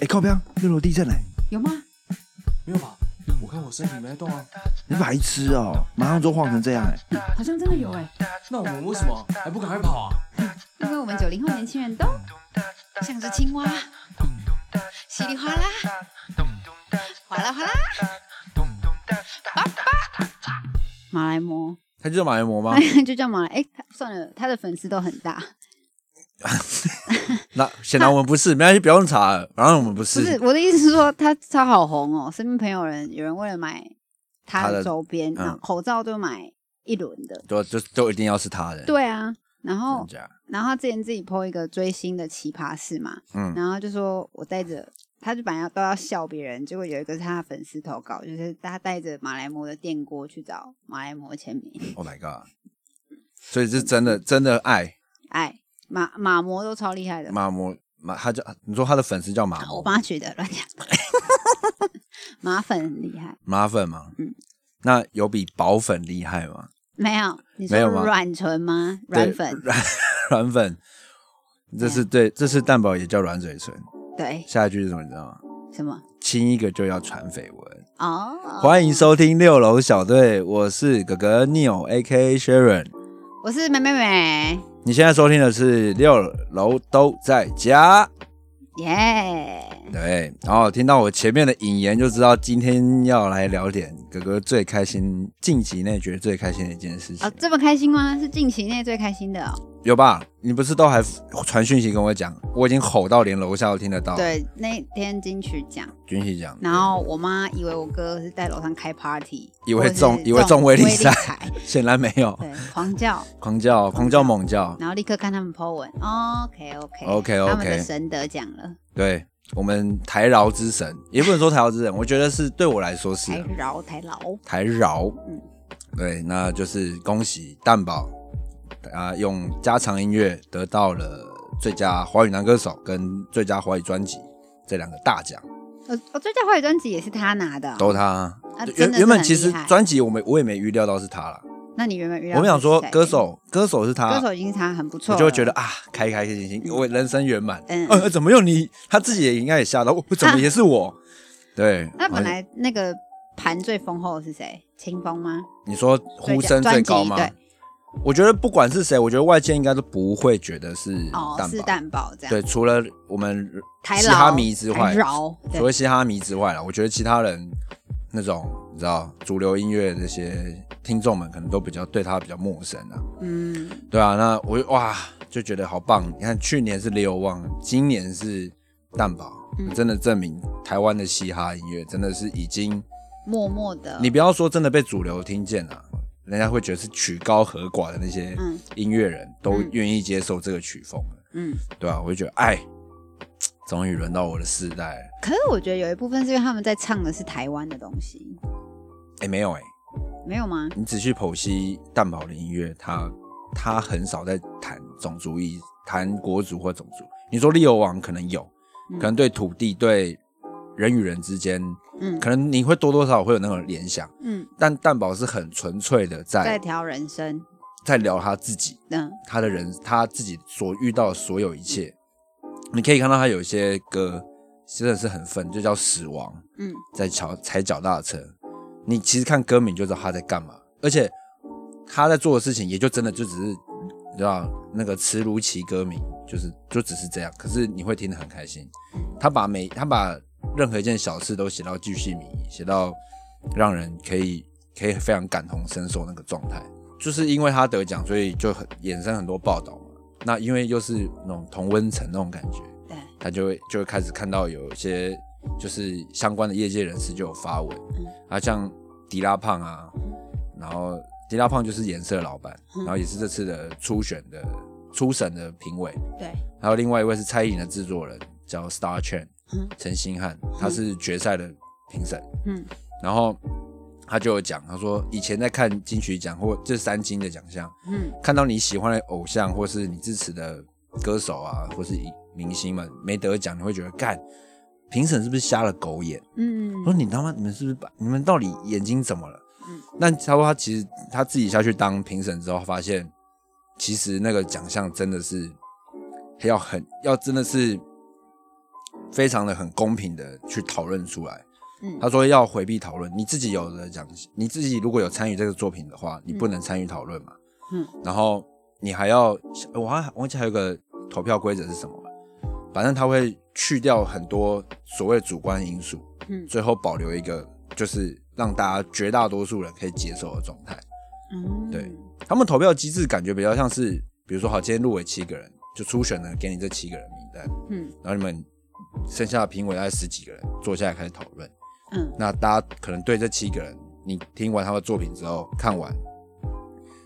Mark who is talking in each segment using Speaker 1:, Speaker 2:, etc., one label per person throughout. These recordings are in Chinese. Speaker 1: 哎，靠边！六楼地震嘞！
Speaker 2: 有吗？
Speaker 3: 没有吧？我看我身体没在动啊。
Speaker 1: 你白痴哦！马上就晃成这样哎！
Speaker 2: 好像真的有哎，
Speaker 3: 那我们为什么还不赶快跑啊？
Speaker 2: 因为我们九零后年轻人都像只青蛙，稀里哗啦，哗啦哗啦，叭叭马来貘，
Speaker 3: 他就叫马来魔吗？
Speaker 2: 就叫马来。哎、他算了，他的粉丝都很大，
Speaker 3: 那显然我们不是，没关系，不用查了。反正我们不
Speaker 2: 不
Speaker 3: 是
Speaker 2: 是。我的意思是说，他他好红哦，身边朋友人有人为了买他
Speaker 3: 他的
Speaker 2: 的周边，然后
Speaker 3: 嗯
Speaker 2: 口罩就买一轮的。
Speaker 3: 都就都一定要是他的。，
Speaker 2: 对啊，然后
Speaker 3: 真假？
Speaker 2: 然后他之前自己 PO 一个追星的奇葩事嘛，
Speaker 3: 嗯，
Speaker 2: 然后就说我带着，他就本来要都要笑别人，结果有一个是他的粉丝投稿，就是他带着马来貘的电锅去找马来貘签名，
Speaker 3: Oh my god！所以是真的，真的爱
Speaker 2: 哎，马马貘都超厉害的，
Speaker 3: 马魔马，他叫你说他的粉丝叫马
Speaker 2: 我
Speaker 3: 魔
Speaker 2: 帮他取的乱讲， 马粉很厉害，
Speaker 3: 马粉吗？
Speaker 2: 嗯，
Speaker 3: 那有比薄粉厉害吗？
Speaker 2: 没有，你说
Speaker 3: 没有吗
Speaker 2: 软唇吗？
Speaker 3: 对
Speaker 2: 软粉，
Speaker 3: 软软粉，这是对，这是蛋堡也叫软嘴唇。
Speaker 2: 对，
Speaker 3: 下一句是什么？你知道吗？
Speaker 2: 什么？
Speaker 3: 亲一个就要传绯闻。
Speaker 2: 哦，
Speaker 3: 欢迎收听六楼小队，我是哥哥 Neil A K Sharon。
Speaker 2: 我是美美美，
Speaker 3: 你现在收听的是六楼都在家。
Speaker 2: 耶，
Speaker 3: 对，然后听到我前面的引言就知道今天要来聊点哥哥最开心、近期内觉得最开心的一件事情，
Speaker 2: 哦，这么开心吗？是近期内最开心的哦，
Speaker 3: 有吧？你不是都还传讯息跟我讲，我已经吼到连楼下都听得到。，
Speaker 2: 对，那天金曲奖。
Speaker 3: 军喜讲，
Speaker 2: 然后我妈以为我哥是在楼上开 party，
Speaker 3: 以为中
Speaker 2: 或者是
Speaker 3: 以为中威力
Speaker 2: 威力
Speaker 3: 赛
Speaker 2: 彩，
Speaker 3: 显然没有，
Speaker 2: 对，狂叫，
Speaker 3: 狂叫、狂叫、猛叫。
Speaker 2: 然后立刻看他们 po 文，OK OK
Speaker 3: OK，OK
Speaker 2: 他们的神得奖了，
Speaker 3: 对我们台饶之神，也不能说台饶之神，我觉得是对我来说是啊
Speaker 2: 台饶台饶，
Speaker 3: 台饶。
Speaker 2: 嗯
Speaker 3: 对，那就是恭喜蛋宝啊，用加长音乐得到了最佳华语男歌手跟最佳华语专辑这两个大奖，
Speaker 2: 我我呃哦最佳华语专辑也是他拿的哦，
Speaker 3: 都他。
Speaker 2: 啊真
Speaker 3: 原
Speaker 2: 的是
Speaker 3: 原本
Speaker 2: 很
Speaker 3: 其
Speaker 2: 厉
Speaker 3: 实
Speaker 2: 害
Speaker 3: 专辑我们我也没预料到是他啦，
Speaker 2: 那你原本遇到
Speaker 3: 我们想说
Speaker 2: 是谁
Speaker 3: 歌，手歌手是他
Speaker 2: 歌，手已经他很不错
Speaker 3: 我
Speaker 2: 了，
Speaker 3: 就会觉得啊开开心心，我人生圆满。
Speaker 2: 嗯
Speaker 3: 呃， 怎么又你？他自己也应该也吓到，我怎么
Speaker 2: 啊
Speaker 3: 也是我？对，
Speaker 2: 那本
Speaker 3: 然后
Speaker 2: 来那个盘最丰厚的是谁？清风吗？
Speaker 3: 你说呼声最高吗
Speaker 2: 专辑？
Speaker 3: 我觉得不管是谁，我觉得外界应该都不会觉得是
Speaker 2: 哦，
Speaker 3: 蛋
Speaker 2: 是
Speaker 3: 堡。
Speaker 2: 蛋堡这样，
Speaker 3: 对，除了我们
Speaker 2: 台
Speaker 3: 嘻
Speaker 2: 饶
Speaker 3: 哈迷之外
Speaker 2: 台，饶，对
Speaker 3: 除了嘻哈迷之外啦，我觉得其他人那种你知道主流音乐这些听众们可能都比较对他比较陌生啊。
Speaker 2: 嗯，
Speaker 3: 对啊，那我就哇就觉得好棒！你看去年是刘旺，今年是蛋堡，
Speaker 2: 嗯
Speaker 3: 真的证明台湾的嘻哈音乐真的是已经
Speaker 2: 默默的，
Speaker 3: 你不要说真的被主流听见了、人家会觉得是曲高和寡的那些
Speaker 2: 嗯
Speaker 3: 音乐人都
Speaker 2: 嗯
Speaker 3: 愿意接受这个曲风了，
Speaker 2: 嗯。
Speaker 3: 对吧、我就觉得，哎，终于轮到我的世代了。
Speaker 2: 可是我觉得有一部分是因为他们在唱的是台湾的东西，
Speaker 3: 哎，没有哎、
Speaker 2: 没有吗？
Speaker 3: 你仔细剖析蛋堡的音乐，他他很少在谈种族意，谈国族或种族。你说利友王可能有，
Speaker 2: 嗯
Speaker 3: 可能对土地、对人与人之间，
Speaker 2: 嗯
Speaker 3: 可能你会多多少少会有那种联想，
Speaker 2: 嗯，
Speaker 3: 但蛋堡是很纯粹的
Speaker 2: 在
Speaker 3: 在
Speaker 2: 调人生，
Speaker 3: 在聊他自己。
Speaker 2: 嗯
Speaker 3: 他的人他自己所遇到的所有一切，你可以看到他有一些歌真的是很愤，就叫《死亡》，
Speaker 2: 嗯
Speaker 3: 在脚踩脚踏车。你其实看歌名就知道他在干嘛，而且他在做的事情也就真的就只是你知道那个词如其歌名，就是就只是这样。可是你会听得很开心。他把每他把任何一件小事都写到巨细靡遗，写到让人可以可以非常感同身受那个状态。就是因为他得奖，所以就很衍生很多报道嘛。那因为又是那种同温层那种感觉，
Speaker 2: 嗯对，
Speaker 3: 他就会就会开始看到有一些就是相关的业界人士就有发文，
Speaker 2: 嗯
Speaker 3: 啊，像迪拉胖啊，然后迪拉胖就是颜色老板，然
Speaker 2: 嗯
Speaker 3: 后也是这次的初选的初审的评委，
Speaker 2: 对，
Speaker 3: 还有另外一位是蔡依林的制作人叫 Star Chen
Speaker 2: 嗯
Speaker 3: 陈星汉，他是决赛的评审，
Speaker 2: 嗯
Speaker 3: 然后他就有讲，他说以前在看金曲奖或这三金的奖项，
Speaker 2: 嗯
Speaker 3: 看到你喜欢的偶像或是你支持的歌手啊，或是明星们没得奖，你会觉得干，评审是不是瞎了狗眼？我说
Speaker 2: 嗯
Speaker 3: 你他妈你们是不是把你们到底眼睛怎么了？
Speaker 2: 嗯
Speaker 3: 那他说他其实他自己下去当评审之后，发现其实那个奖项真的是要很要真的是非常的很公平的去讨论出来。
Speaker 2: 嗯
Speaker 3: 他说要回避讨论，你自己有的讲，你自己如果有参与这个作品的话，你不能参与讨论嘛。
Speaker 2: 嗯，
Speaker 3: 然后你还要，我还忘记还有一个投票规则是什么了，反正他会去掉很多所谓的主观因素，
Speaker 2: 嗯
Speaker 3: 最后保留一个就是让大家绝大多数人可以接受的状态。
Speaker 2: 嗯
Speaker 3: 对他们投票机制感觉比较像是，比如说好，今天入围七个人，就初选呢给你这七个人名单，
Speaker 2: 嗯
Speaker 3: 然后你们剩下的评委大概十几个人坐下来开始讨论。
Speaker 2: 嗯
Speaker 3: 那大家可能对这七个人，你听完他们的作品之后，看完，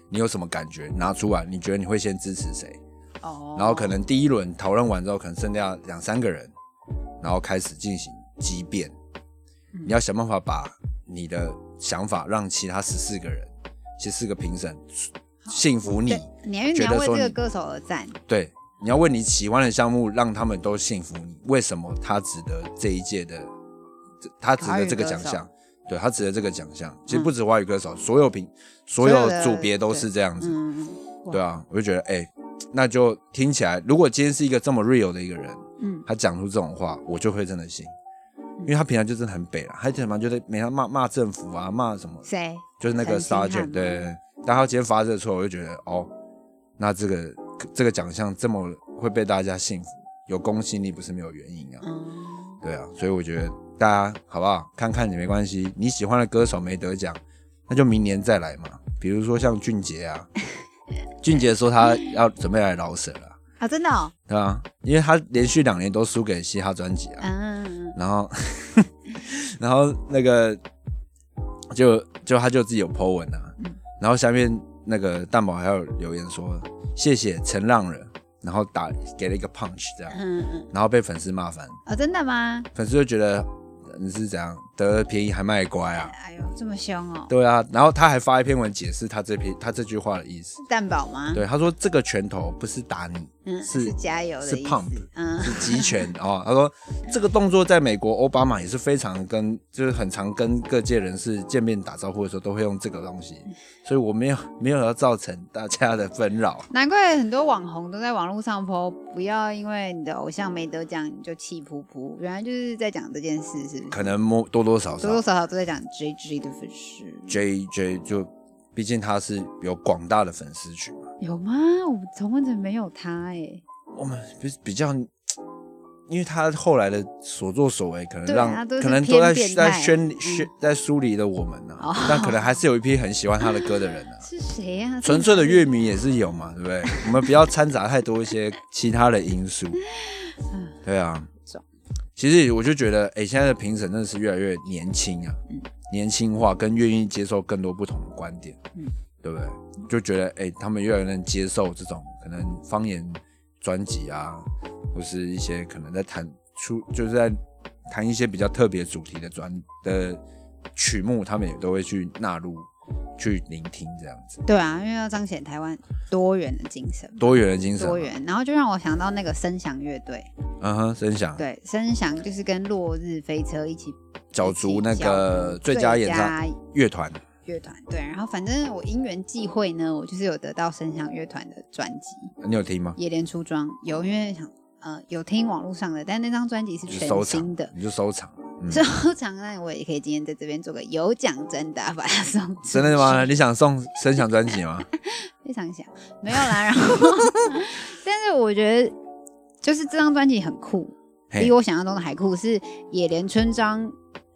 Speaker 3: 你有什么感觉？拿出来，你觉得你会先支持谁？
Speaker 2: 哦，
Speaker 3: 然后可能第一轮讨论完之后，可能剩下两三个人，然后开始进行激辩。
Speaker 2: 嗯
Speaker 3: 你要想办法把你的想法让其他十四个人、十四个评审信服你
Speaker 2: 对，你要你
Speaker 3: 觉
Speaker 2: 要
Speaker 3: 得
Speaker 2: 为
Speaker 3: 说
Speaker 2: 这个
Speaker 3: 你
Speaker 2: 歌手而战，
Speaker 3: 对，你要为你喜欢的项目让他们都信服你，为什么他值得这一届的，这他值得这个奖
Speaker 2: 华语歌
Speaker 3: 项？对他值得这个奖项，其实不止华语歌手，所有评所
Speaker 2: 所有
Speaker 3: 有
Speaker 2: 的
Speaker 3: 组别都是这样子，
Speaker 2: 嗯
Speaker 3: 对啊，我就觉得哎、那就听起来，如果今天是一个这么 real 的一个人，
Speaker 2: 嗯
Speaker 3: 他讲出这种话，我就会真的信，因为他平常就真的很北了，他怎么就是每天骂骂政府啊，骂什么
Speaker 2: 谁？
Speaker 3: 就是那个
Speaker 2: 陈星
Speaker 3: Sergeant，
Speaker 2: 汉吗
Speaker 3: 对对对。但他今天发这个错，我就觉得哦，那这个这个奖项这么会被大家信服，有公信力不是没有原因啊。
Speaker 2: 嗯
Speaker 3: 对啊，所以我觉得大家好不好看看也没关系，你喜欢的歌手没得奖，那就明年再来嘛。比如说像俊杰啊， 俊杰说他要准备来饶舌了，
Speaker 2: 啊，真的哦，
Speaker 3: 对啊，因为他连续两年都输给嘻哈专辑啊。
Speaker 2: 嗯
Speaker 3: 然后， 然后那个就就他就自己有 po 文啊，
Speaker 2: 嗯
Speaker 3: 然后下面那个蛋宝还有留言说谢谢承让了，然后打给了一个 punch 这样，
Speaker 2: 嗯嗯，
Speaker 3: 然后被粉丝骂翻，
Speaker 2: 啊，真的吗？
Speaker 3: 粉丝就觉得呃你是怎样得了便宜还卖乖啊？
Speaker 2: 哎呦，这么凶哦，
Speaker 3: 对啊，然后他还发一篇文解释他这篇他这句话的意思，
Speaker 2: 蛋堡吗？
Speaker 3: 对他说这个拳头不是打你，
Speaker 2: 嗯，
Speaker 3: 是
Speaker 2: 是加油的
Speaker 3: 是
Speaker 2: 意思
Speaker 3: pump
Speaker 2: 嗯
Speaker 3: 是集权哦。他说这个动作在美国奥巴马也是非常跟，就是很常跟各界人士见面打招呼的时候都会用这个东西，所以我没有没有要造成大家的纷扰。
Speaker 2: 难怪很多网红都在网络上 po，不要因为你的偶像没得奖你就气噗噗，原来就是在讲这件事，是不是？
Speaker 3: 可啊能摸多多少
Speaker 2: 多多
Speaker 3: 少
Speaker 2: 少少都在讲 J J 的粉丝，
Speaker 3: ，J J 就毕竟他是有广大的粉丝群嘛，
Speaker 2: 有吗？我们同温层没有他哎、
Speaker 3: 我们比比较。因为他后来的所作所为，可能
Speaker 2: 对啊
Speaker 3: 让、
Speaker 2: 他都是
Speaker 3: 可能都
Speaker 2: 偏
Speaker 3: 在
Speaker 2: 变态嗯
Speaker 3: 在宣宣在疏离了我们呢、
Speaker 2: 哦
Speaker 3: 但可能还是有一批很喜欢他的歌的人呢、
Speaker 2: 是谁呀、啊？
Speaker 3: 纯粹的乐迷也是有嘛，对不 对？我们不要掺杂太多一些其他的因素。对啊
Speaker 2: 重，
Speaker 3: 其实我就觉得，哎、现在的评审真的是越来越年轻啊，
Speaker 2: 嗯
Speaker 3: 年轻化跟愿意接受更多不同的观点，
Speaker 2: 嗯
Speaker 3: 对不对？就觉得，哎、他们越来越能接受这种可能方言专辑啊，或是一些可能在谈出就是在谈一些比较特别主题的专的曲目，他们也都会去纳入去聆听这样子。
Speaker 2: 对啊，因为要彰显台湾多元的精神，
Speaker 3: 多元的精神嘛，啊
Speaker 2: 多元。然后就让我想到那个声响乐队，
Speaker 3: 嗯哼，声响，
Speaker 2: 对，声响就是跟落日飞车一起
Speaker 3: 角逐那个最佳演唱
Speaker 2: 最佳
Speaker 3: 乐团，
Speaker 2: 乐团，对。然后反正我因缘际会呢，我就是有得到声响乐团的专辑《
Speaker 3: 你有听吗？
Speaker 2: 野莲出装》，有因为想呃有听网络上的，但那张专辑是
Speaker 3: 你就
Speaker 2: 全
Speaker 3: 收
Speaker 2: 新
Speaker 3: 藏
Speaker 2: 的。
Speaker 3: 你就收藏，嗯，
Speaker 2: 收藏，那我也可以今天在这边做个有奖征答，把它送出去
Speaker 3: 真的吗？？你想送声响专辑 吗？
Speaker 2: 非常想，没有啦。 然后， 但是我觉得就是这张专辑很酷，
Speaker 3: 嘿
Speaker 2: 比我想象中的还酷。是野莲春章，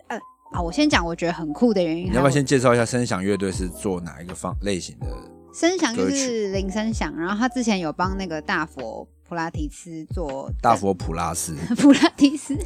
Speaker 2: 呃啊，我先讲我觉得很酷的原因。
Speaker 3: 你要不要
Speaker 2: 还有
Speaker 3: 先介绍一下声响乐队是做哪一个方类型的？
Speaker 2: 声响就
Speaker 3: 歌
Speaker 2: 是铃声响，然后他之前有帮那个大佛普拉提斯做
Speaker 3: 大佛普拉斯
Speaker 2: 普拉提斯，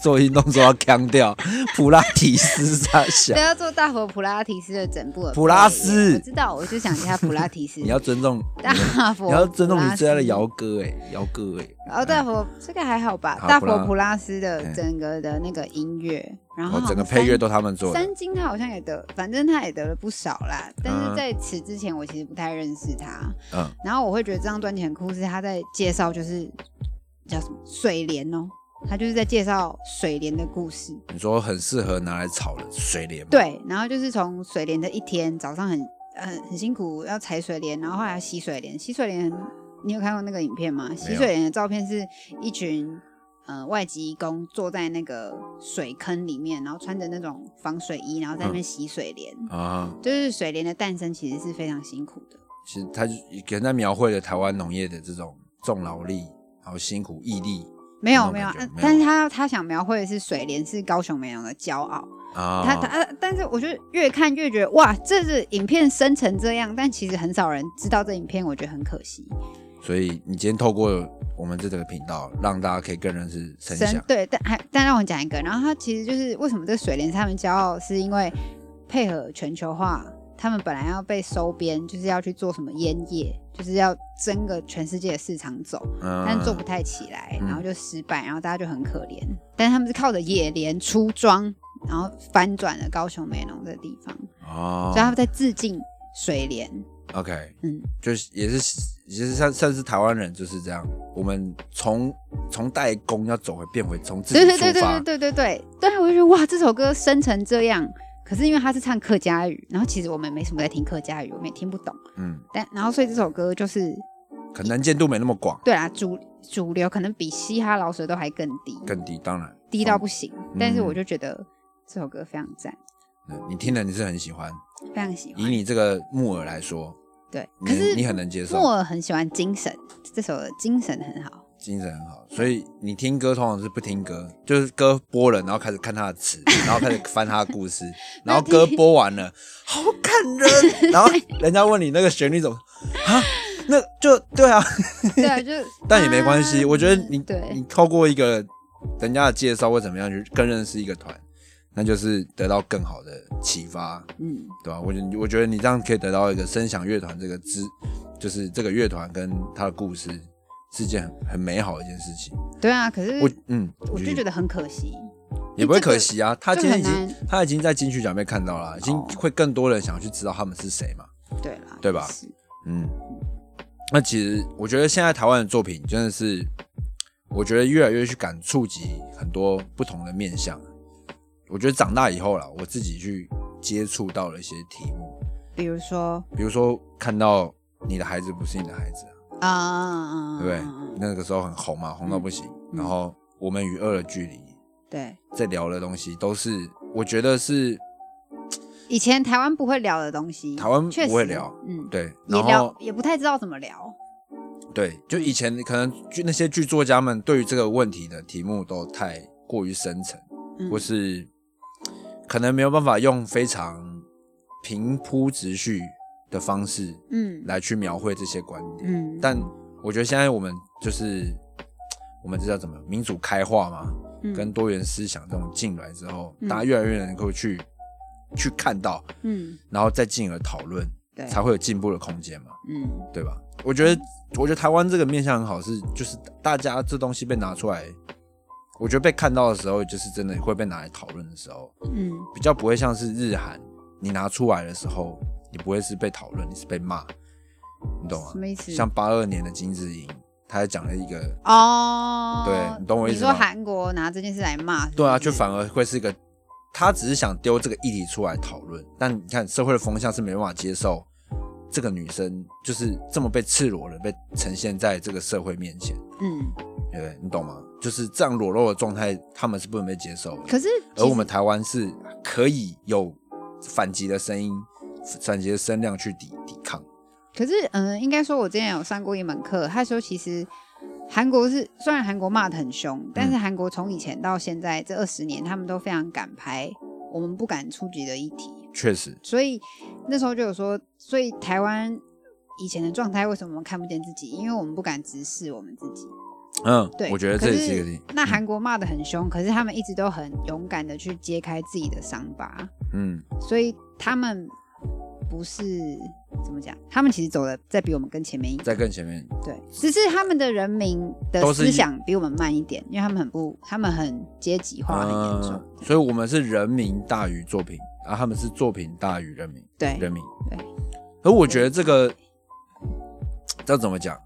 Speaker 3: 做运动说要腔调， 普拉提斯他想
Speaker 2: 对，，要做大佛普拉提斯的整部的
Speaker 3: 啊普拉
Speaker 2: 配乐
Speaker 3: 斯
Speaker 2: 我知道，我就想一下普拉提斯。
Speaker 3: 你要尊重，
Speaker 2: 大佛，
Speaker 3: 你要尊重你最爱的
Speaker 2: 摇。
Speaker 3: 姚哥哎，姚哥哎，
Speaker 2: 哦，大佛这个还好吧？
Speaker 3: 好
Speaker 2: 大
Speaker 3: 普拉
Speaker 2: 佛普拉斯的
Speaker 3: 嗯
Speaker 2: 整个的那个音乐，然后
Speaker 3: 我
Speaker 2: 好
Speaker 3: 哦
Speaker 2: 像
Speaker 3: 整个配乐
Speaker 2: 三
Speaker 3: 都他们做的，
Speaker 2: 三金他好像也得，反正他也得了不少啦。但是
Speaker 3: 嗯
Speaker 2: 在此之前，我其实不太认识他。
Speaker 3: 嗯，
Speaker 2: 然后我会觉得这张专辑很酷，是他在介绍就是叫什么水莲哦，他就是在介绍水莲的故事。
Speaker 3: 你说很适合拿来炒的水莲吗，
Speaker 2: 对，然后就是从水莲的一天早上很很很辛苦要踩水莲，然后后来要洗水莲，洗水莲很，你有看过那个影片吗？洗
Speaker 3: 有
Speaker 2: 水莲的照片是一群呃外籍义工坐在那个水坑里面，然后穿着那种防水衣，然后在那
Speaker 3: 嗯
Speaker 2: 边洗水帘。
Speaker 3: 啊，
Speaker 2: 就是水帘的诞生其实是非常辛苦的。
Speaker 3: 其实他就可能在描绘了台湾农业的这种重劳力，还有辛苦毅力
Speaker 2: 没
Speaker 3: 那
Speaker 2: 有
Speaker 3: 种
Speaker 2: 没有，
Speaker 3: 感觉
Speaker 2: 啊
Speaker 3: 没有
Speaker 2: 但是他他想描绘的是水莲是高雄美容的骄傲。
Speaker 3: 啊。
Speaker 2: 他他，啊但是我就越看越觉得哇，这是影片生成这样，但其实很少人知道这影片，我觉得很可惜。
Speaker 3: 所以你今天透过我们这个频道，让大家可以更认识陈
Speaker 2: 神
Speaker 3: 翔
Speaker 2: 对，但还但让我讲一个，然后他其实就是为什么这水莲他们骄傲，是因为配合全球化，他们本来要被收编，就是要去做什么烟叶，就是要争个全世界的市场走。
Speaker 3: 嗯，
Speaker 2: 但做不太起来，
Speaker 3: 嗯
Speaker 2: 然后就失败，然后大家就很可怜。但是他们是靠着野莲出庄，然后翻转了高雄美浓的地方，
Speaker 3: 哦
Speaker 2: 所以他们在致敬水莲。
Speaker 3: ，OK，
Speaker 2: 嗯，
Speaker 3: 就是也是其实算算是台湾人就是这样，我们从从代工要走回变回从自己
Speaker 2: 对
Speaker 3: 出
Speaker 2: 对
Speaker 3: 发，
Speaker 2: 对对对对对对，对我就觉得哇，这首歌生成这样。可是因为他是唱客家语，然后其实我们没什么在听客家语，我们也听不懂。
Speaker 3: 嗯，
Speaker 2: 但然后所以这首歌就是，
Speaker 3: 可能见度没那么广，
Speaker 2: 对啦，主主流可能比嘻哈老舌都还更低，
Speaker 3: 更低，当然
Speaker 2: 低到不行。但是
Speaker 3: 嗯
Speaker 2: 我就觉得这首歌非常赞，
Speaker 3: 嗯你听了你是很喜欢，
Speaker 2: 非常喜欢
Speaker 3: 以。你这个木耳来说，
Speaker 2: 对，
Speaker 3: 你
Speaker 2: 可是
Speaker 3: 你很能接受，
Speaker 2: 莫尔很喜欢精神，这首的精神 很好。
Speaker 3: 精神很好，所以你听歌通常是不听歌，就是歌播了，然后开始看他的 词，然后开始翻他的故事，然后歌播完了，好感人， 然后人家问你那个旋律怎么啊？那就对啊，
Speaker 2: 对啊，就
Speaker 3: 但也没关系，
Speaker 2: 啊
Speaker 3: 我觉得你你
Speaker 2: 对
Speaker 3: 透过一个人家的介绍或怎么样，去更认识一个团，那就是得到更好的启发，
Speaker 2: 嗯
Speaker 3: 对吧、我觉得我觉得你这样可以得到一个声响乐团这个知，就是这个乐团跟他的故事是件很很美好的一件事情。
Speaker 2: 对啊，可是
Speaker 3: 我
Speaker 2: 我
Speaker 3: 嗯，
Speaker 2: 就觉得很可惜。
Speaker 3: 也不会可惜啊。他
Speaker 2: 就
Speaker 3: 今天已
Speaker 2: 很
Speaker 3: 经
Speaker 2: 难
Speaker 3: 他已经在金曲奖被看到了，已经
Speaker 2: 哦
Speaker 3: 会更多人想去知道他们是谁嘛。
Speaker 2: 对啦，
Speaker 3: 对吧
Speaker 2: 是
Speaker 3: 嗯，那其实我觉得现在台湾的作品真的是，我觉得越来越去敢触及很多不同的面向。我觉得长大以后啦，我自己去接触到了一些题目，
Speaker 2: 比如说
Speaker 3: 比如说看到你的孩子不是你的孩子啊、
Speaker 2: 啊，
Speaker 3: 对不对？那个时候很红嘛，红到不行。
Speaker 2: 嗯
Speaker 3: 然后我们与恶的距离
Speaker 2: 对，
Speaker 3: 在聊的东西，都是我觉得是
Speaker 2: 以前台湾不会聊的东西，
Speaker 3: 台湾
Speaker 2: 确实
Speaker 3: 不会聊，
Speaker 2: 嗯，
Speaker 3: 对，
Speaker 2: 也
Speaker 3: 然后
Speaker 2: 聊也不太知道怎么聊，
Speaker 3: 对，就以前可能剧那些剧作家们对于这个问题的题目都太过于深沉，
Speaker 2: 嗯
Speaker 3: 或是可能没有办法用非常平铺直叙的方式
Speaker 2: 嗯
Speaker 3: 来去描绘这些观点。
Speaker 2: 嗯，
Speaker 3: 但我觉得现在我们就是我们这叫怎么民主开化嘛，
Speaker 2: 嗯
Speaker 3: 跟多元思想这种进来之后，
Speaker 2: 嗯
Speaker 3: 大家越来越能够去去看到，
Speaker 2: 嗯
Speaker 3: 然后再进而讨论，
Speaker 2: 对，
Speaker 3: 才会有进步的空间嘛。
Speaker 2: 嗯
Speaker 3: 对吧？我觉得，我觉得台湾这个面向很好是，就是大家这东西被拿出来，我觉得被看到的时候，就是真的会被拿来讨论的时候，
Speaker 2: 嗯
Speaker 3: 比较不会像是日韩，你拿出来的时候，你不会是被讨论，你是被骂，你懂吗
Speaker 2: 什？么意思？
Speaker 3: 像八二年的金智英，她还讲了一个，
Speaker 2: 哦，
Speaker 3: 对你懂我意思
Speaker 2: 你说
Speaker 3: 吗
Speaker 2: 韩国拿这件事来骂，
Speaker 3: 对啊，
Speaker 2: 是
Speaker 3: 就
Speaker 2: 不是
Speaker 3: 反而会是一个，她只是想丢这个议题出来讨论，但你看社会的风向是没办法接受。这个女生就是这么被赤裸的被呈现在这个社会面前，
Speaker 2: 嗯，
Speaker 3: 对不对？你懂吗？就是这样裸露的状态，他们是不能被接受的。
Speaker 2: 可是
Speaker 3: 而我
Speaker 2: 其实
Speaker 3: 们台湾是可以有反击的声音、反击的声量去抵抵抗。
Speaker 2: 可是，嗯，应该说，我之前有上过一门课，他说其实韩国是虽然韩国骂的很凶，但
Speaker 3: 嗯
Speaker 2: 是韩国从以前到现在这二十年，他们都非常敢拍我们不敢触及的议题，
Speaker 3: 确实，
Speaker 2: 所以那时候就有说，所以台湾以前的状态为什么我们看不见自己？因为我们不敢直视我们自己。
Speaker 3: 嗯，
Speaker 2: 对，
Speaker 3: 我觉得
Speaker 2: 可
Speaker 3: 这也是一个嗯点。
Speaker 2: 那韩国骂的很凶，可是他们一直都很勇敢的去揭开自己的伤疤，
Speaker 3: 嗯，
Speaker 2: 所以他们不是怎么讲，他们其实走的在比我们更前面一步。
Speaker 3: 在更前面，
Speaker 2: 对，只是他们的人民
Speaker 3: 都
Speaker 2: 的
Speaker 3: 是
Speaker 2: 思想比我们慢一点，因为他们很不，他们很阶级化很严重。
Speaker 3: 嗯所以我们是人民大于作品，啊，他们是作品大于人民，
Speaker 2: 对，
Speaker 3: 人民。
Speaker 2: 对。
Speaker 3: 而我觉得这个要怎么讲，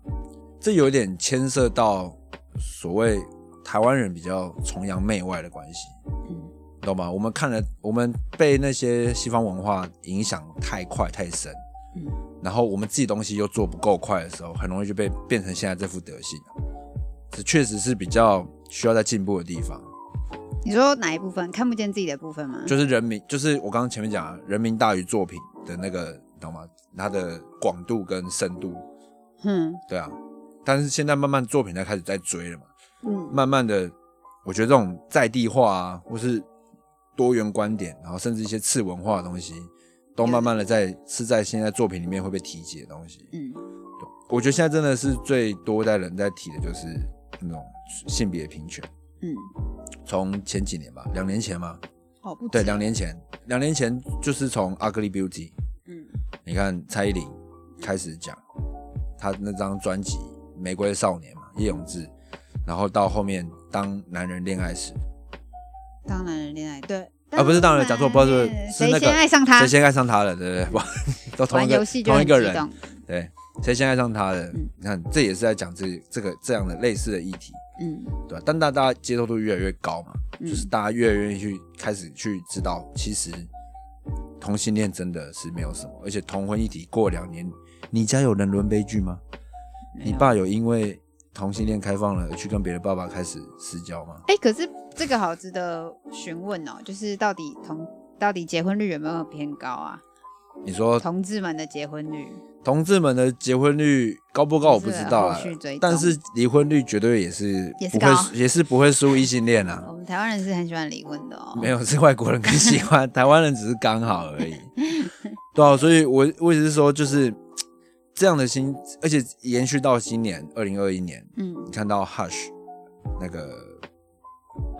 Speaker 3: 这有点牵涉到所谓台湾人比较崇洋媚外的关系。
Speaker 2: 嗯
Speaker 3: 懂吗？我们看了，我们被那些西方文化影响太快太深，
Speaker 2: 嗯
Speaker 3: 然后我们自己东西又做不够快的时候，很容易就被变成现在这副德性，啊这确实是比较需要在进步的地方。
Speaker 2: 你说哪一部分看不见自己的部分吗？
Speaker 3: 就是人民，就是我刚刚前面讲啊，人民大于作品的那个，懂吗？它的广度跟深度，
Speaker 2: 嗯
Speaker 3: 对啊。但是现在慢慢作品才开始在追了嘛，
Speaker 2: 嗯
Speaker 3: 慢慢的，我觉得这种在地化啊，或是多元观点，然后甚至一些次文化的东西，都慢慢的在是在现在作品里面会被提及的东西。
Speaker 2: 嗯，
Speaker 3: 我觉得现在真的是最多在人在提的就是那种性别平权。
Speaker 2: 嗯，
Speaker 3: 从前几年吧，两年前嘛，
Speaker 2: 哦不止
Speaker 3: 对，两年前，两年前就是从《Ugly Beauty》，
Speaker 2: 嗯
Speaker 3: 你看蔡依林开始讲她那张专辑《玫瑰少年》嘛，叶永志，然后到后面当男人恋爱时，
Speaker 2: 当男人恋爱对哎
Speaker 3: 啊，不是当然讲错，不是是
Speaker 2: 谁
Speaker 3: 那个
Speaker 2: 先爱上他
Speaker 3: 谁，先爱上他了，对不对？ 哇，都同一
Speaker 2: 玩
Speaker 3: 个
Speaker 2: 游戏就
Speaker 3: 同一
Speaker 2: 很
Speaker 3: 个
Speaker 2: 激
Speaker 3: 人，
Speaker 2: 动，
Speaker 3: 对，谁先爱上他了？
Speaker 2: 嗯
Speaker 3: 你看，这也是在讲这这个这样的类似的议题，
Speaker 2: 嗯
Speaker 3: 对吧？但大大家接受度越来越高嘛，
Speaker 2: 嗯
Speaker 3: 就是大家越来越愿意去开始去知道，其实同性恋真的是没有什么，而且同婚议题过两年，你家有人伦悲剧吗？
Speaker 2: 没
Speaker 3: 你
Speaker 2: 有
Speaker 3: 爸有因为同性恋开放了去跟别的爸爸开始私交吗？
Speaker 2: 哎、可是这个好值得询问哦，就是到底同到底结婚率有没有偏高啊？
Speaker 3: 你说
Speaker 2: 同志们的结婚率，
Speaker 3: 同志们的结婚率高不高我不知道啦
Speaker 2: 就是后续追踪，
Speaker 3: 但是离婚率绝对也是
Speaker 2: 也是
Speaker 3: 不
Speaker 2: 高
Speaker 3: 会 也是不会输异性恋啊。
Speaker 2: 我们台湾人是很喜欢离婚的哦。
Speaker 3: 没有，是外国人更喜欢，台湾人只是刚好而已。 对啊，所以我我只是说，就是这样的心，而且延续到今年二零二一年，
Speaker 2: 嗯
Speaker 3: 你看到 Hush 那个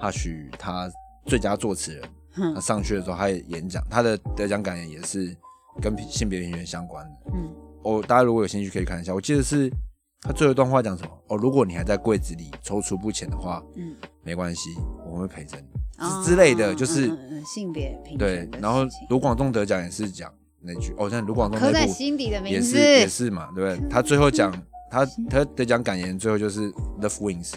Speaker 3: Hush 他最佳作词人，他
Speaker 2: 哼
Speaker 3: 上去的时候他也演讲，他的得奖感言也是跟性别平权相关的。
Speaker 2: 嗯
Speaker 3: 哦，大家如果有兴趣可以看一下，我记得是他最后一段话讲什么？哦，如果你还在柜子里踌躇不前的话，
Speaker 2: 嗯，
Speaker 3: 没关系，我们会陪着你
Speaker 2: 哦
Speaker 3: 之之类的，就是。
Speaker 2: 嗯嗯嗯性别平
Speaker 3: 对
Speaker 2: 权的，
Speaker 3: 然后
Speaker 2: 事情
Speaker 3: 卢广仲得奖也是讲那句哦，但卢广仲
Speaker 2: 刻
Speaker 3: 那
Speaker 2: 在
Speaker 3: 部
Speaker 2: 心底的名
Speaker 3: 也
Speaker 2: 字
Speaker 3: 是也是嘛，对不对？他最后讲他他得奖感言最后就是 Love Wins，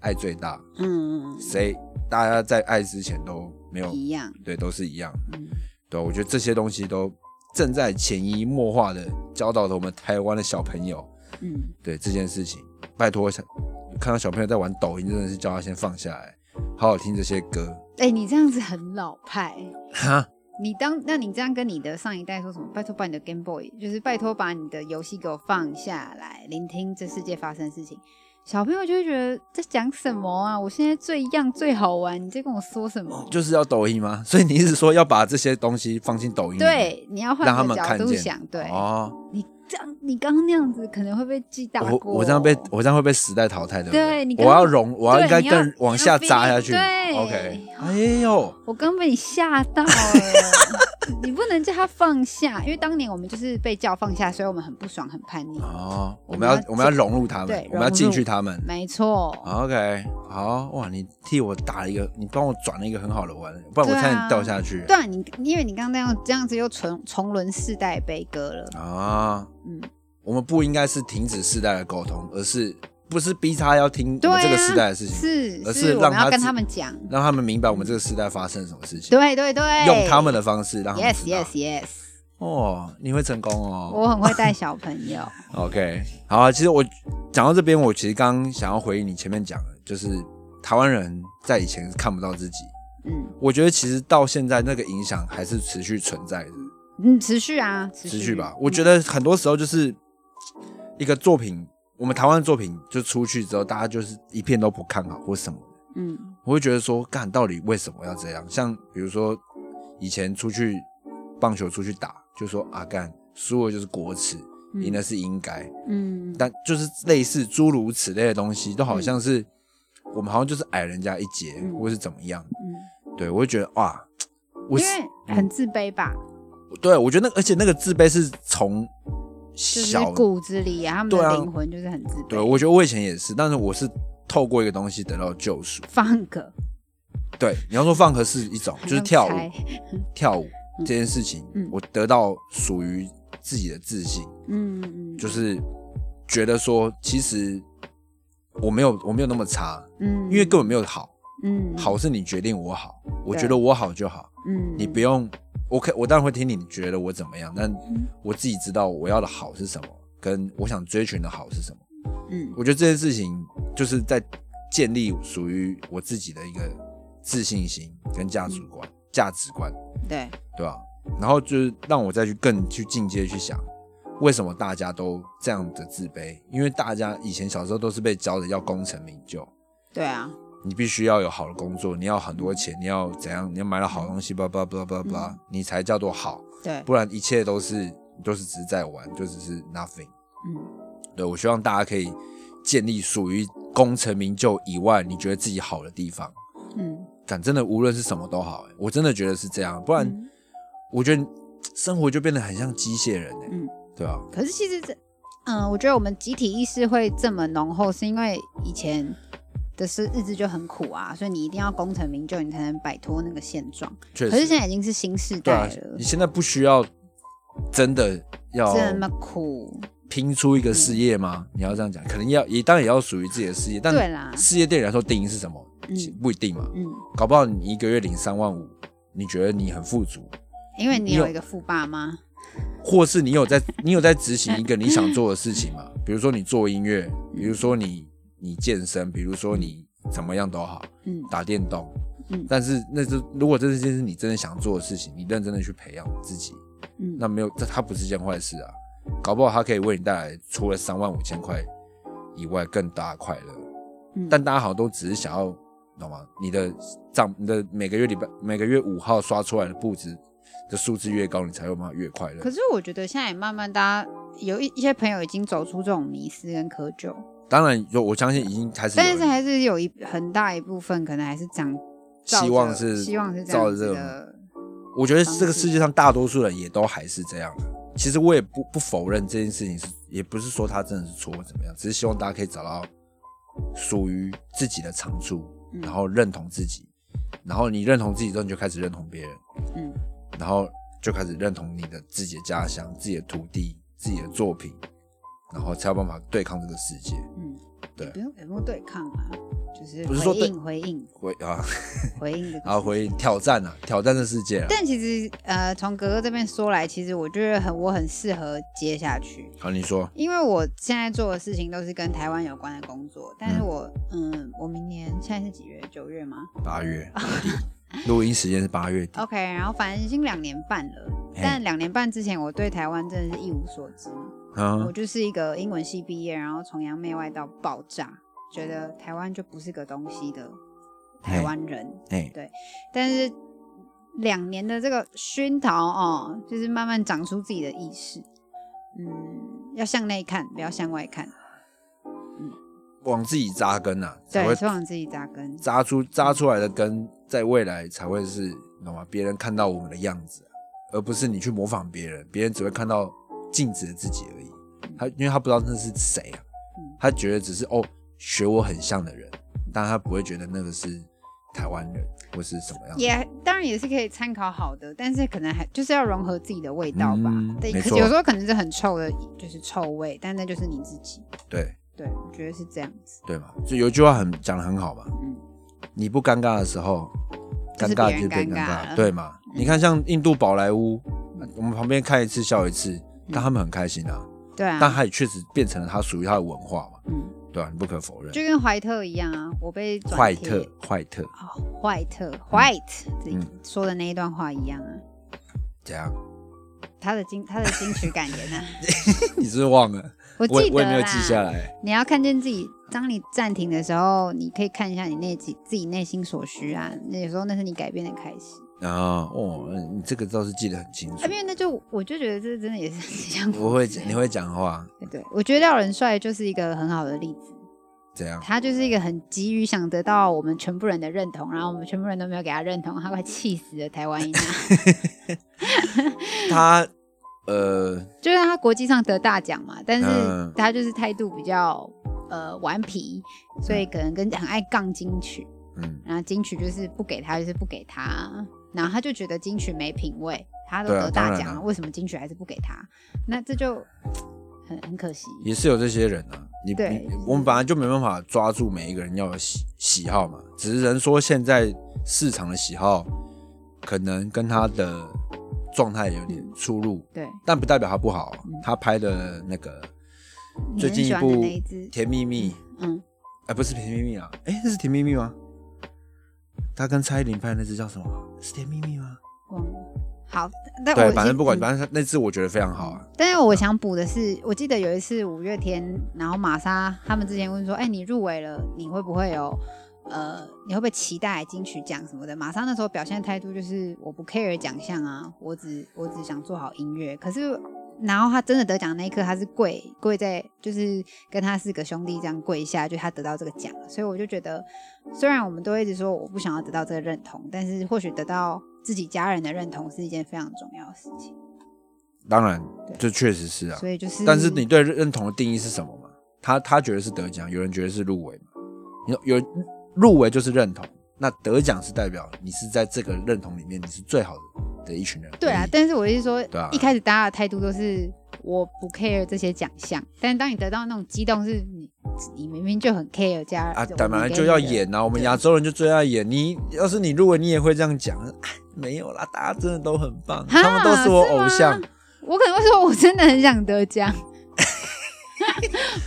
Speaker 3: 爱最大，
Speaker 2: 嗯嗯
Speaker 3: 谁大家在爱之前都没有
Speaker 2: 嗯，一样，
Speaker 3: 对，都是一样，
Speaker 2: 嗯
Speaker 3: 对，我觉得这些东西都正在潜移默化的教导着我们台湾的小朋友，
Speaker 2: 嗯，
Speaker 3: 对这件事情，拜托，想看到小朋友在玩抖音，真的是叫他先放下来，好好听这些歌，
Speaker 2: 哎、你这样子很老派。
Speaker 3: 哈，
Speaker 2: 你当，那你这样跟你的上一代说什么？拜托把你的 Game Boy，就是拜托把你的游戏给我放下来，聆听这世界发生的事情。小朋友就会觉得在讲什么啊？我现在最样最好玩，你在跟我说什么？
Speaker 3: 哦就是要抖音吗？所以你一直说要把这些东西放进抖音里面，
Speaker 2: 对，你要换
Speaker 3: 让他
Speaker 2: 个
Speaker 3: 们
Speaker 2: 角
Speaker 3: 看
Speaker 2: 度
Speaker 3: 见
Speaker 2: 想，对、
Speaker 3: 哦，
Speaker 2: 你这样，你刚刚那样子可能会被记大
Speaker 3: 我
Speaker 2: 过。
Speaker 3: 哦我这样被我这样会被时代淘汰的，
Speaker 2: 对
Speaker 3: 不
Speaker 2: 你
Speaker 3: 对？
Speaker 2: 刚
Speaker 3: 我要融，我要
Speaker 2: 对
Speaker 3: 应该
Speaker 2: 你要
Speaker 3: 更往下扎下去。
Speaker 2: 你要逼
Speaker 3: OK，
Speaker 2: 对
Speaker 3: 哎呦，
Speaker 2: 我刚被你吓到 了，你不能叫他放下，因为当年我们就是被叫放下，所以我们很不爽，很叛逆。
Speaker 3: 哦，我
Speaker 2: 我
Speaker 3: 们
Speaker 2: 们
Speaker 3: 要
Speaker 2: 要
Speaker 3: 我们要融入他们
Speaker 2: 对，
Speaker 3: 我们要
Speaker 2: 融入
Speaker 3: 进去他们。
Speaker 2: 没错，
Speaker 3: OK，好哇，你替我打了一个，你帮我转了一个很好的弯，不然我
Speaker 2: 对啊
Speaker 3: 差点掉下去。
Speaker 2: 对啊，你因为你刚刚那样这样子又重重轮世代悲歌了，
Speaker 3: 啊，
Speaker 2: 嗯，
Speaker 3: 我们不应该是停止世代的沟通，而是不是逼他要听我
Speaker 2: 对、
Speaker 3: 们
Speaker 2: 啊，
Speaker 3: 这个时代的事情，而
Speaker 2: 是
Speaker 3: 是
Speaker 2: 我
Speaker 3: 让
Speaker 2: 们
Speaker 3: 他
Speaker 2: 要跟
Speaker 3: 自
Speaker 2: 他们讲，
Speaker 3: 让他们明白我们这个时代发生了什么事情，
Speaker 2: 对对对，
Speaker 3: 用他们的方式让他们
Speaker 2: yes
Speaker 3: 知道
Speaker 2: yes yes，
Speaker 3: 哦，你会成功哦。
Speaker 2: 我很会带小朋友，
Speaker 3: OK，好啊。其实我讲到这边，我其实刚刚想要回应你前面讲的，就是台湾人在以前是看不到自己。
Speaker 2: 嗯
Speaker 3: 我觉得其实到现在那个影响还是持续存在的，
Speaker 2: 嗯，持续啊，持续
Speaker 3: 持续吧。我觉得很多时候就是一个作品，我们台湾的作品就出去之后，大家就是一片都不看好或什么的。
Speaker 2: 嗯
Speaker 3: 我会觉得说，干到底为什么要这样？像比如说以前出去棒球出去打，就说啊干输了就是国耻，
Speaker 2: 嗯
Speaker 3: 赢了是应该。
Speaker 2: 嗯，
Speaker 3: 但就是类似诸如此类的东西，都好像是、我们好像就是矮人家一截，
Speaker 2: 嗯
Speaker 3: 或是怎么样。
Speaker 2: 嗯，
Speaker 3: 对我就觉得哇，我
Speaker 2: 因
Speaker 3: 是嗯
Speaker 2: 为很自卑吧，
Speaker 3: 对我觉得那而且那个自卑是从
Speaker 2: 就是
Speaker 3: 小，
Speaker 2: 骨子里啊，他们
Speaker 3: 对啊
Speaker 2: 的灵魂就是很自卑，
Speaker 3: 对我觉得我以前也是，但是我是透过一个东西得到救赎。
Speaker 2: 放个
Speaker 3: 对，你要说放和是一种，就是跳舞，
Speaker 2: 还能猜
Speaker 3: 跳舞这件事情，
Speaker 2: 嗯
Speaker 3: 我得到属于自己的自信，
Speaker 2: 嗯嗯，
Speaker 3: 就是觉得说其实我没有我没有那么差，
Speaker 2: 嗯，
Speaker 3: 因为根本没有好。
Speaker 2: 嗯
Speaker 3: 好是你决定我好，我
Speaker 2: 对
Speaker 3: 觉得我好就好，
Speaker 2: 嗯，
Speaker 3: 你不用，我可我当然会听你觉得我
Speaker 2: 嗯
Speaker 3: 怎么样，但我自己知道我要的好是什么，跟我想追寻的好是什么。
Speaker 2: 嗯
Speaker 3: 我觉得这件事情就是在建立属于我自己的一个自信心跟价值观，价值观
Speaker 2: 对，
Speaker 3: 对吧？然后就是让我再去更去进阶去想，为什么大家都这样的自卑？因为大家以前小时候都是被教的要功成名就，
Speaker 2: 对啊，
Speaker 3: 你必须要有好的工作，你要很多钱，你要怎样，你要买到好东西，叭叭叭叭叭
Speaker 2: 嗯，
Speaker 3: 你才叫做好，
Speaker 2: 对，
Speaker 3: 不然一切都是都是只是在玩，就只是 nothing。
Speaker 2: 嗯，
Speaker 3: 对我希望大家可以建立属于功成名就以外，你觉得自己好的地方。
Speaker 2: 嗯，
Speaker 3: 敢真的无论是什么都好、欸，我真的觉得是这样，不然
Speaker 2: 嗯
Speaker 3: 我觉得嘖生活就变得很像机械人、欸，
Speaker 2: 嗯
Speaker 3: 对啊，
Speaker 2: 可是其实这，嗯、我觉得我们集体意识会这么浓厚，是因为以前的是日子就很苦啊，所以你一定要功成名就，你才能摆脱那个现状。
Speaker 3: 确
Speaker 2: 可是
Speaker 3: 实，
Speaker 2: 现在已经是新时
Speaker 3: 对
Speaker 2: 代
Speaker 3: 啊
Speaker 2: 了，
Speaker 3: 你，现在不需要真的要
Speaker 2: 这么苦，
Speaker 3: 拼出一个事业吗？你要这样讲，可能要也当然也要属于自己的事业，但
Speaker 2: 嗯对啦
Speaker 3: 事业对你来说定义是什么？
Speaker 2: 嗯
Speaker 3: 其不一定嘛，
Speaker 2: 嗯，
Speaker 3: 搞不好你一个月领三万五，你觉得你很富足，
Speaker 2: 因为你
Speaker 3: 你有
Speaker 2: 有一个富爸妈，
Speaker 3: 或是你有在 你有在执行一个你想做的事情嘛？比如说你做音乐，比如说你你健身，比如说你怎么样都好，
Speaker 2: 嗯
Speaker 3: 打电动，
Speaker 2: 嗯
Speaker 3: 但是那是如果这是件是你真的想做的事情，你认真的去培养自己，
Speaker 2: 嗯，
Speaker 3: 那没有这它不是件坏事啊，搞不好它可以为你带来除了三万五千块以外更大的快乐，
Speaker 2: 嗯
Speaker 3: 但大家好像都只是想要，懂吗？你的账，你的每个月礼拜每个月五号刷出来的布置的数字越高，你才会嘛越快乐
Speaker 2: 可。是我觉得现在也慢慢大家有一一些朋友已经走出这种迷思跟窠臼，
Speaker 3: 当然，有我相信已经开始有
Speaker 2: 但
Speaker 3: 人，
Speaker 2: 是还是有一很大一部分可能还是长照
Speaker 3: 希
Speaker 2: 着
Speaker 3: 望是
Speaker 2: 希望是这
Speaker 3: 照
Speaker 2: 样
Speaker 3: 着这
Speaker 2: 子
Speaker 3: 种
Speaker 2: 的，
Speaker 3: 我觉得这个世界上大多数人也都还是这样。其实我也不不否认这件事情是，也不是说他真的是错或怎么样，只是希望大家可以找到属于自己的长处，
Speaker 2: 嗯
Speaker 3: 然后认同自己，然后你认同自己之后，你就开始认同别人，
Speaker 2: 嗯
Speaker 3: 然后就开始认同你的自己的家乡、自己的土地、自己的作品，然后才有办法对抗这个世界。
Speaker 2: 嗯，
Speaker 3: 对
Speaker 2: 也不用也不用对抗啊，就是
Speaker 3: 不是说
Speaker 2: 回
Speaker 3: 对
Speaker 2: 应回应
Speaker 3: 回啊，
Speaker 2: 回 应这
Speaker 3: 然后
Speaker 2: 个。
Speaker 3: 回挑战啊，挑战这世界啊。
Speaker 2: 但其实，呃，从格格这边说来，其实我觉得很我很适合接下去，
Speaker 3: 好，你说，
Speaker 2: 因为我现在做的事情都是跟台湾有关的工作。但是我，嗯，我明年现在是几月？九月吗？
Speaker 3: 八月 底，录音时间是八月底。
Speaker 2: OK，然后反正已经两年半了，
Speaker 3: 嘿
Speaker 2: 但两年半之前我对台湾真的是一无所知，
Speaker 3: 嗯
Speaker 2: 我，就是一个英文系毕业，然后崇洋媚外到爆炸，觉得台湾就不是个东西的台湾人。
Speaker 3: 哎，
Speaker 2: 但是两年的这个熏陶哦，就是慢慢长出自己的意识，嗯，要向内看，不要向外看，
Speaker 3: 往自己扎根啊，才
Speaker 2: 对，嗯
Speaker 3: 会
Speaker 2: 是往自己扎根。
Speaker 3: 扎出扎出来的根，在未来才会是，你懂吗？别人看到我们的样子，啊而不是你去模仿别人，别人只会看到镜子的自己而已。他因为他不知道那是谁啊
Speaker 2: 嗯，
Speaker 3: 他觉得只是哦学我很像的人，但他不会觉得那个是台湾人或是什么样的。
Speaker 2: 也当然也是可以参考好的，但是可能还就是要融合自己的味道吧。
Speaker 3: 嗯
Speaker 2: 对，
Speaker 3: 没
Speaker 2: 可是
Speaker 3: 错
Speaker 2: 有时候可能是很臭的，就是臭味，但那就是你自己。
Speaker 3: 对
Speaker 2: 对，我觉得是这样子。
Speaker 3: 对嘛，就有一句话很讲的很好嘛，
Speaker 2: 嗯
Speaker 3: 你不尴尬的时候，
Speaker 2: 就
Speaker 3: 尴
Speaker 2: 是
Speaker 3: 尬
Speaker 2: 别人
Speaker 3: 就变
Speaker 2: 尴
Speaker 3: 尴
Speaker 2: 尬了嗯
Speaker 3: 尬，对嘛？你看像印度宝莱坞，我们旁边看一次笑一次，
Speaker 2: 嗯
Speaker 3: 但他们很开心啊，
Speaker 2: 对啊，
Speaker 3: 但他也确实变成了他属于他的文化嘛，
Speaker 2: 嗯，
Speaker 3: 对吧、你不可否认。
Speaker 2: 就跟怀特一样啊，我被转
Speaker 3: 坏
Speaker 2: 贴
Speaker 3: 特，坏特
Speaker 2: 哦，坏特，White 自己
Speaker 3: 嗯
Speaker 2: 说的那一段话一样啊，
Speaker 3: 怎样？
Speaker 2: 他的金他的金曲感言啊，
Speaker 3: 你是不是忘了？
Speaker 2: 我
Speaker 3: 我
Speaker 2: 记
Speaker 3: 也我
Speaker 2: 得啊
Speaker 3: 也没有
Speaker 2: 啦。
Speaker 3: 记下来。
Speaker 2: 你要看见自己，当你暂停的时候，你可以看一下你内自自己内心所需啊，那有时候那是你改变的开始。
Speaker 3: 啊，哦，你这个倒是记得很清楚
Speaker 2: 啊，因。为那就我就觉得这真的也是 很像
Speaker 3: 我会，你会讲话，
Speaker 2: 对，我觉得廖仁帅就是一个很好的例子，
Speaker 3: 怎 样？
Speaker 2: 他就是一个很急于想得到我们全部人的认同，然后我们全部人都没有给他认同，他快气死了台湾一大，
Speaker 3: 他，呃，
Speaker 2: 就是他国际上得大奖嘛，但是
Speaker 3: 嗯
Speaker 2: 他就是态度比较呃顽皮，所以可能跟很爱杠金曲，
Speaker 3: 嗯，
Speaker 2: 然后金曲就是不给他，就是不给他，然后他就觉得金曲没品味，他都
Speaker 3: 对啊
Speaker 2: 得大
Speaker 3: 当然
Speaker 2: 奖
Speaker 3: 啊
Speaker 2: 了，为什么金曲还是不给他？那这就很很可惜。
Speaker 3: 也是有这些人啊。你
Speaker 2: 对
Speaker 3: 你
Speaker 2: 就是
Speaker 3: 我们本来就没办法抓住每一个人要有喜喜好嘛，只是人说现在市场的喜好可能跟他的状态有点出入，
Speaker 2: 对，
Speaker 3: 啊但不代表他不好，他拍的那个
Speaker 2: 嗯你
Speaker 3: 最
Speaker 2: 很
Speaker 3: 近
Speaker 2: 喜
Speaker 3: 一
Speaker 2: 欢的
Speaker 3: 部
Speaker 2: 那一只
Speaker 3: 《甜蜜蜜》，
Speaker 2: 嗯，
Speaker 3: 哎，不是《甜蜜蜜》啊，哎，这是《甜蜜蜜》吗？他跟蔡依林拍的那只叫什么？是《甜蜜蜜》吗？
Speaker 2: 忘了。好，但我
Speaker 3: 对，
Speaker 2: 已
Speaker 3: 反正
Speaker 2: 经
Speaker 3: 不管，
Speaker 2: 嗯
Speaker 3: 反正那只我觉得非常好啊。
Speaker 2: 但是我想补的是，我记得有一次五月天，然后玛莎他们之前问说：“哎、你入围了，你会不会有呃，你会不会期待金曲奖什么的？”玛莎那时候表现的态度就是：“我不 care 奖项啊，我只我只想做好音乐。”可是，然后他真的得奖那一刻，他是跪跪在，就是跟他四个兄弟这样跪下，就他得到这个奖了。所以我就觉得，虽然我们都一直说我不想要得到这个认同，但是或许得到自己家人的认同是一件非常重要的事情。
Speaker 3: 当然，
Speaker 2: 对
Speaker 3: 这确实是啊。
Speaker 2: 所以就是，
Speaker 3: 但是你对认同的定义是什么嘛？他他觉得是得奖，有人觉得是入围嘛？有有入围就是认同，那得奖是代表你是在这个认同里面你是最好的的一群人。
Speaker 2: 对啊，但是我是说，
Speaker 3: 对啊
Speaker 2: 一开始大家的态度都是我不 care 这些奖项，但是当你得到那种激动，是你你明明就很 care 家
Speaker 3: 啊，
Speaker 2: 我
Speaker 3: 本
Speaker 2: 们
Speaker 3: 来
Speaker 2: 给
Speaker 3: 就
Speaker 2: 你
Speaker 3: 要
Speaker 2: 的
Speaker 3: 演啊，我们亚洲人就最爱演。你要是你入围，你也会这样讲。啊没有啦，大家真的都很棒，
Speaker 2: 哈
Speaker 3: 他们都是我偶像
Speaker 2: 是。我可能会说，我真的很想得 奖。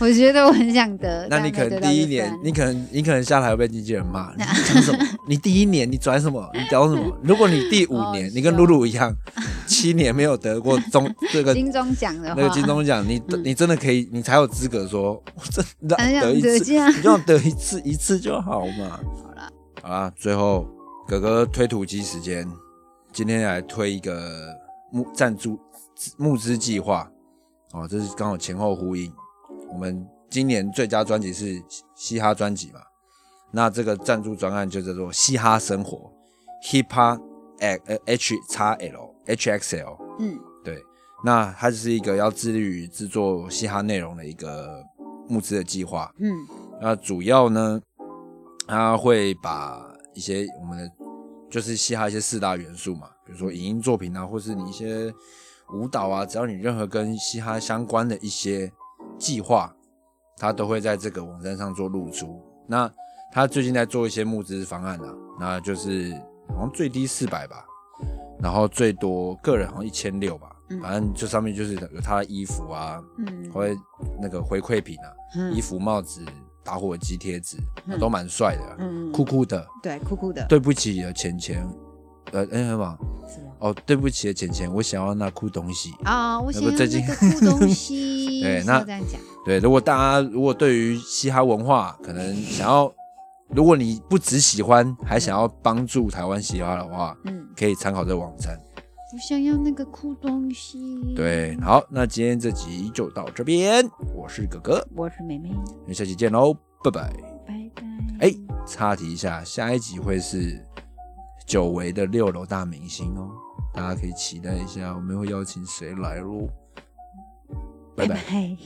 Speaker 2: 我觉得我很想得，
Speaker 3: 那
Speaker 2: 但
Speaker 3: 你
Speaker 2: 没
Speaker 3: 可
Speaker 2: 得
Speaker 3: 能
Speaker 2: 到
Speaker 3: 第一
Speaker 2: 就
Speaker 3: 年
Speaker 2: 算，
Speaker 3: 你可能你可能下台会被经纪人骂，你讲 什么？你第一年你拽什么？你屌什么？如果你第五
Speaker 2: 好
Speaker 3: 年
Speaker 2: 笑
Speaker 3: 你跟露露一样，七年没有得过中这个
Speaker 2: 金钟奖的
Speaker 3: 那
Speaker 2: 话，
Speaker 3: 个金钟奖，你
Speaker 2: 嗯哎
Speaker 3: 你真的可以，你才有资格说， 我真的
Speaker 2: 很想
Speaker 3: 得一
Speaker 2: 得
Speaker 3: 次，
Speaker 2: 奖，
Speaker 3: 你就得一次一次就好嘛。好啦，最后哥哥推土机时间，今天来推一个募赞助募资计划哦，这是刚好前后呼应。我们今年最佳专辑是嘻嘻哈专辑嘛，那这个赞助专案就叫做嘻哈生活 （Hip Hop H X L H X L）。
Speaker 2: 嗯，
Speaker 3: 对，那它就是一个要致力于制作嘻哈内容的一个募资的计划。
Speaker 2: 嗯
Speaker 3: 那主要呢，它会把一些我们的就是嘻哈一些四大元素嘛，比如说影音作品啊，或是你一些舞蹈啊，只要你任何跟嘻哈相关的一些计划，它都会在这个网站上做露出。那他最近在做一些募资方案啊，那就是好像最低四百吧，然后最多个人好像一千六吧
Speaker 2: 嗯，
Speaker 3: 反正这上面就是有他的衣服啊，
Speaker 2: 嗯
Speaker 3: 或者那个回馈品啊，
Speaker 2: 嗯
Speaker 3: 衣服、帽子、打火机贴纸，
Speaker 2: 嗯
Speaker 3: 都蛮帅的啊、
Speaker 2: 嗯
Speaker 3: 酷酷的。
Speaker 2: 对酷酷的，
Speaker 3: 对不起的钱钱，呃，哎、什么？
Speaker 2: 是吗
Speaker 3: 哦，对不起的钱钱，我想要那酷东西。
Speaker 2: 啊，我
Speaker 3: 那
Speaker 2: 想
Speaker 3: 不
Speaker 2: 要
Speaker 3: 最
Speaker 2: 那
Speaker 3: 近
Speaker 2: 个酷东 西，
Speaker 3: 对
Speaker 2: 是
Speaker 3: 那
Speaker 2: 要这样讲，
Speaker 3: 对，如果大家如果对于嘻哈文化可能想要，如果你不只喜欢，还想要帮助台湾嘻哈的话，
Speaker 2: 嗯。
Speaker 3: 可以参考这个网站。
Speaker 2: 我想要那个酷东西。
Speaker 3: 对，，好，那今天这集就到这边，我是哥哥，
Speaker 2: 我是妹妹，
Speaker 3: 我们下期见喽，拜拜。
Speaker 2: 拜拜。
Speaker 3: 哎，插题一下，下一集会是久违的六楼大明星哦，大家可以期待一下，我们会邀请谁来喽，拜拜。
Speaker 2: 拜